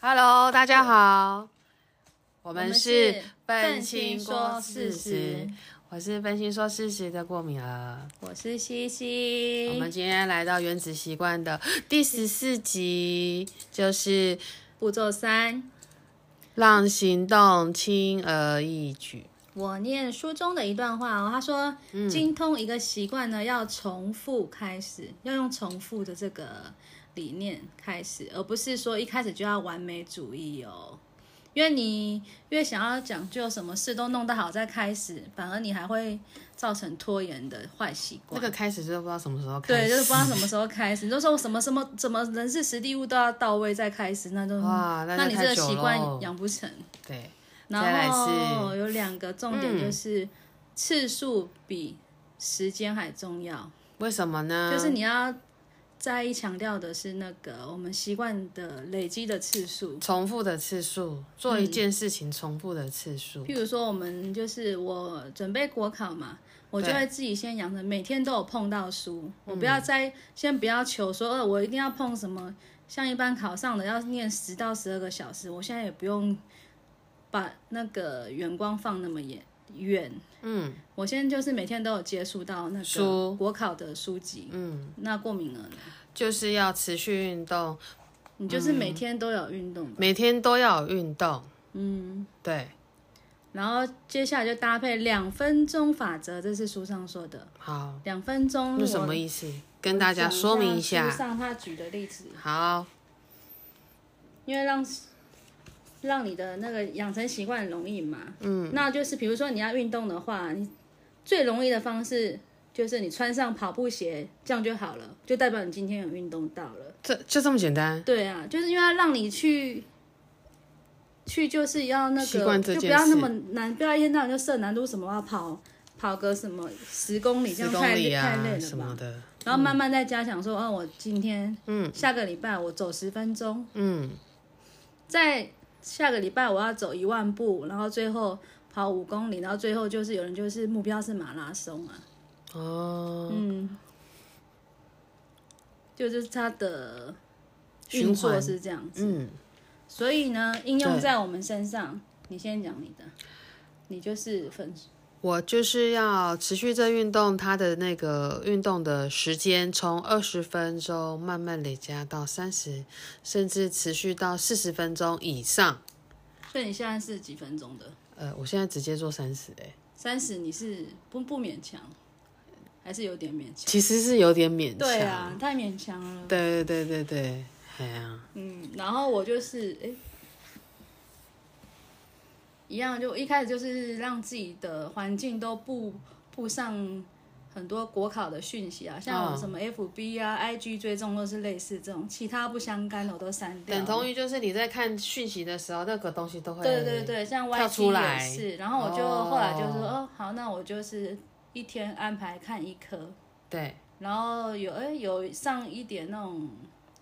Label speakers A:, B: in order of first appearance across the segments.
A: 大家好，我
B: 我
A: 们是笨青说事实，，我是笨青说事实的过敏儿。
B: 我是西
A: 我们
B: 西。
A: 今天来到《原子习惯》的第十四集，就是
B: 步骤三，
A: 让行动轻而易举。
B: 我念书中的一段话哦，他说，
A: 嗯
B: 精通一个习惯呢，要重复开始，要用重复的这个理念开始，而不是说一开始就要完美主义哦。因为你越想要讲究什么事都弄得好再开始，反而你还会造成拖延的坏习惯
A: 那。个开始就不知道什么时候哦开
B: 对，就是
A: 始
B: 不。知道什么时候开始。你就说我什么什么怎么人事实地物都要到位再开始，那就
A: 哇那
B: 那
A: 就
B: 你
A: 太
B: 这个
A: 久哦
B: 习惯
A: 咯
B: 养不成。
A: 对，再来
B: 然后
A: 是嗯
B: 有两个重点就是次数比时间还重要，
A: 为什么呢？
B: 就是你要在意强调的是那个我们习惯的累积的次数。
A: 重复的次数，做一件事情重复的次数。
B: 譬如说，我们就是我准备国考嘛，我就会自己先养成每天都有碰到书，
A: 嗯
B: 我不要再、先不要求说，呃，我一定要碰什么，像一般考上的要念十到十二个小时，我现在也不用把那个远光放那么远远，嗯，我现在就是每天都有接触到那个
A: 书
B: 国考的书籍，嗯，那过敏了呢，
A: 就是要持续运动，
B: 你就是每天都有运动，
A: 每天都要有运动。嗯，对，
B: 然后接下来就搭配两分钟法则，这是书上说的。
A: 好。
B: 两分钟
A: 那什么意思？跟大家说明一
B: 我
A: 下
B: 讲。上他举的例子，
A: 好，
B: 因为让让你的那个养成习惯很容易嘛。嗯，那就是比如说你要运动的话，你最容易的方式就是你穿上跑步鞋，这样就好了，就代表你今天有运动到了。
A: 这就这么简单。
B: 对啊，就是因为要让你去。去就是要那
A: 习惯这
B: 个，就
A: 件
B: 不要那么难，不要一天到晚就设难度什么，要跑跑个什么十公里，这
A: 十
B: 样
A: 公
B: 太、
A: 里
B: 太累
A: 啊
B: 了
A: 什
B: 吧
A: 么？的，
B: 然后慢慢再加强说，哦，我今天，嗯，下个礼拜我走十分钟，嗯，在下个礼拜我要走一万步，然后最后跑五公里，然后最后就是有人就是目标是马拉松啊，
A: 哦，
B: 嗯，就就是它的运
A: 循
B: 作
A: 环。
B: 是这样子，
A: 嗯，
B: 所以呢，应用
A: 对
B: 在我们身上，你先讲你的，你就是分
A: 我就是要持续这运动，它的那个运动的时间从二十分钟慢慢累加到三十，甚至持续到四十分钟以上。
B: 所以你现在是几分钟的？
A: 呃，我现在直接做三十，哎，
B: 三十你是不不勉强，还是有点勉强？
A: 其实是有点勉强。
B: 对啊，太勉强了。
A: 对对对对对，哎呀，
B: 嗯，然后我就是哎、诶一样就一开始就是让自己的环境都布布上很多国考的讯息啊，像
A: 嗯
B: 我什么 FB 啊、IG 追踪都是类似这种，其他不相干的我都删掉
A: 等。同于就是你在看讯息的时候，那个东西都会
B: 对对对，像
A: 跳
B: YT
A: 出来
B: 也是，然后我就
A: 哦
B: 后来就说哦，好，那我就是一天安排看一科，
A: 对，
B: 然后有哎、有上一点那种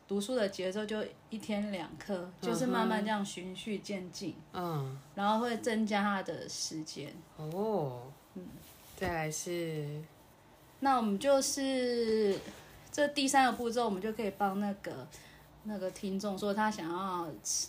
B: 读书的节奏，就一天两课，就是慢慢这样循序渐进，
A: 嗯。
B: 然后会增加他的时间。
A: 哦，
B: 嗯
A: 再来是
B: 那我们就是这第三个步骤，我们就可以帮那个那个听众说，他想要吃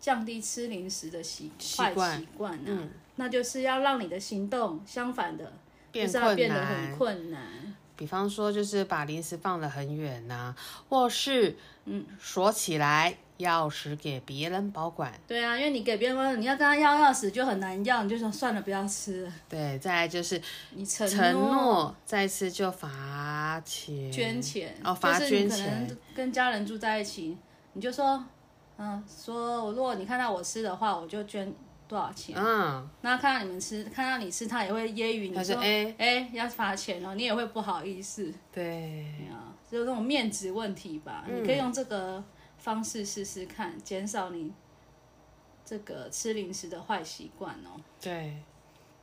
B: 降低吃零食的习
A: 习
B: 坏
A: 惯
B: 习惯啊，
A: 嗯
B: 那就是要让你的行动相反的，
A: 变
B: 就是要
A: 困
B: 变得
A: 难。
B: 很困难。
A: 比方说，就是把零食放得很远呐、或是嗯锁起来，钥匙给别人保管。
B: 对啊，因为你给别人问，你要跟他要钥匙就很难要，你就说算了，不要吃了。
A: 对，再来就是
B: 你承
A: 承诺，再次就罚钱。
B: 捐钱，
A: 哦罚
B: 就是
A: 捐
B: 你可能
A: 钱
B: 跟家人住在一起，你就说，嗯，说如果你看到我吃的话，我就捐多少钱。
A: 嗯，
B: 那看到你们吃，看到你吃，他也会揶揄
A: 他
B: 你
A: 说
B: 说，
A: 哎
B: 哎，要罚钱哦，你也会不好意思，
A: 对，嗯
B: 对啊，就是那种面子问题吧。你可以用这个方式试试看，减少你这个吃零食的坏习惯哦。
A: 对，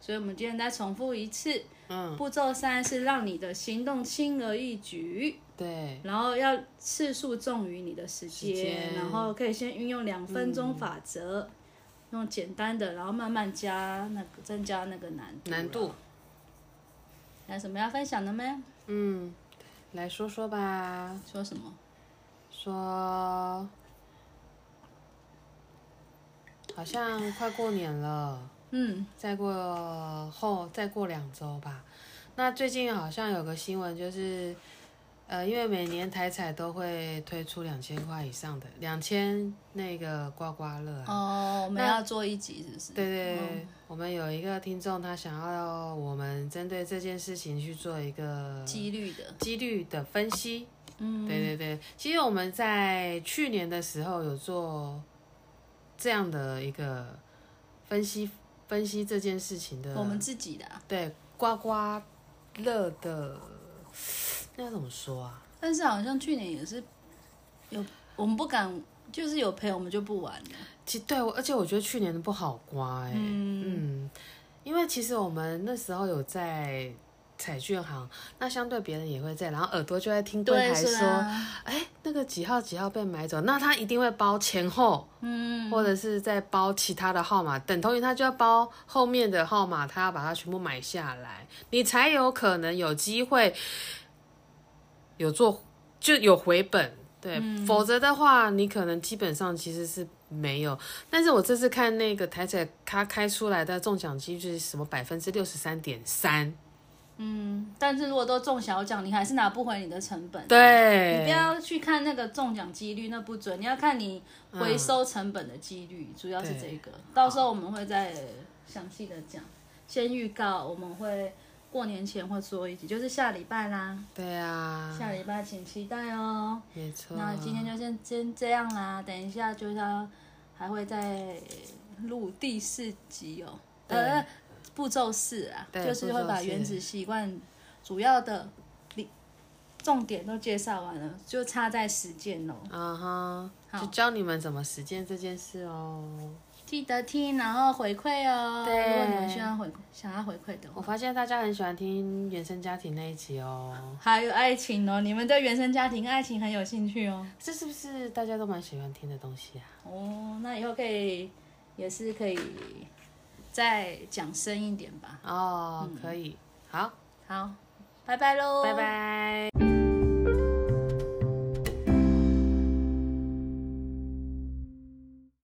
B: 所以，我们今天再重复一次，
A: 嗯，
B: 步骤三是让你的行动轻而易举。
A: 对，
B: 然后要次数重于你的时
A: 时
B: 间，
A: 间嗯
B: 然后可以先运用两分钟法则，用简单的，然后慢慢加那个增加那个难度。
A: 难度。
B: 还有什么要分享的吗？
A: 嗯，来说说吧，
B: 说什么？
A: 说好像快过年了，
B: 嗯，
A: 再过后再过两周吧。那最近好像有个新闻就是，呃，因为每年台彩都会推出两千块以上的两千那个刮刮乐啊，
B: 哦，我们要做一集是不哦是？
A: 对对对，我们有一个听众，他想要我们针对这件事情去做一个
B: 嗯，几率的，
A: 几率的分析。
B: 嗯，
A: 对对对，其实我们在去年的时候有做这样的一个分析，分析这件事情的，
B: 我们自己的啊、
A: 对刮刮乐的，那要怎么说啊？
B: 但是好像去年也是有，我们不敢，就是有赔我们就不玩了。
A: 其实对，我而且我觉得去年的不好刮哎、嗯因为其实我们那时候有在彩券行，那相对别人也会在，然后耳朵就在听柜
B: 对，
A: 台
B: 是
A: 说，
B: 啊，
A: 哎、那个几号几号被买走，那他一定会包前后，
B: 嗯，
A: 或者是再包其他的号码，等同于他就要包后面的号码，他要把它全部买下来，你才有可能有机会有做就有回本。对，
B: 嗯
A: 否则的话，你可能基本上其实是没有。但是我这次看那个台彩，它开出来的中奖几率是什么百分之六十三点三，
B: 但是如果都中小奖，你还是拿不回你的成本。
A: 对，
B: 嗯你不要去看那个中奖几率，那不准，你要看你回收成本的几率，主要是这个。到时候我们会再详细的讲，先预告我们会过年前会做一集，就是下礼拜啦，
A: 对啊，
B: 下礼拜请期待哦。
A: 没错。
B: 那今天就先先这样啦，等一下就是要还会再录第四集哦，呃，步骤四啊，
A: 对
B: 就是会
A: 步骤
B: 把
A: 四
B: 原子习惯主要的理重点都介绍完了，就差在哦实践喽。
A: 嗯哼，就教你们怎么实践这件事哦。
B: 记得听，然后回馈哦。
A: 对
B: 如果你们需要回想要回馈的话，
A: 我发现大家很喜欢听原生家庭那一集哦，
B: 还有爱情哦，你们对原生家庭、爱情很有兴趣哦。
A: 这是不是大家都蛮喜欢听的东西啊？
B: 哦，那以后可以也是可以再讲深一点吧。
A: 哦，可以，好，
B: 好，拜拜喽，
A: 拜拜。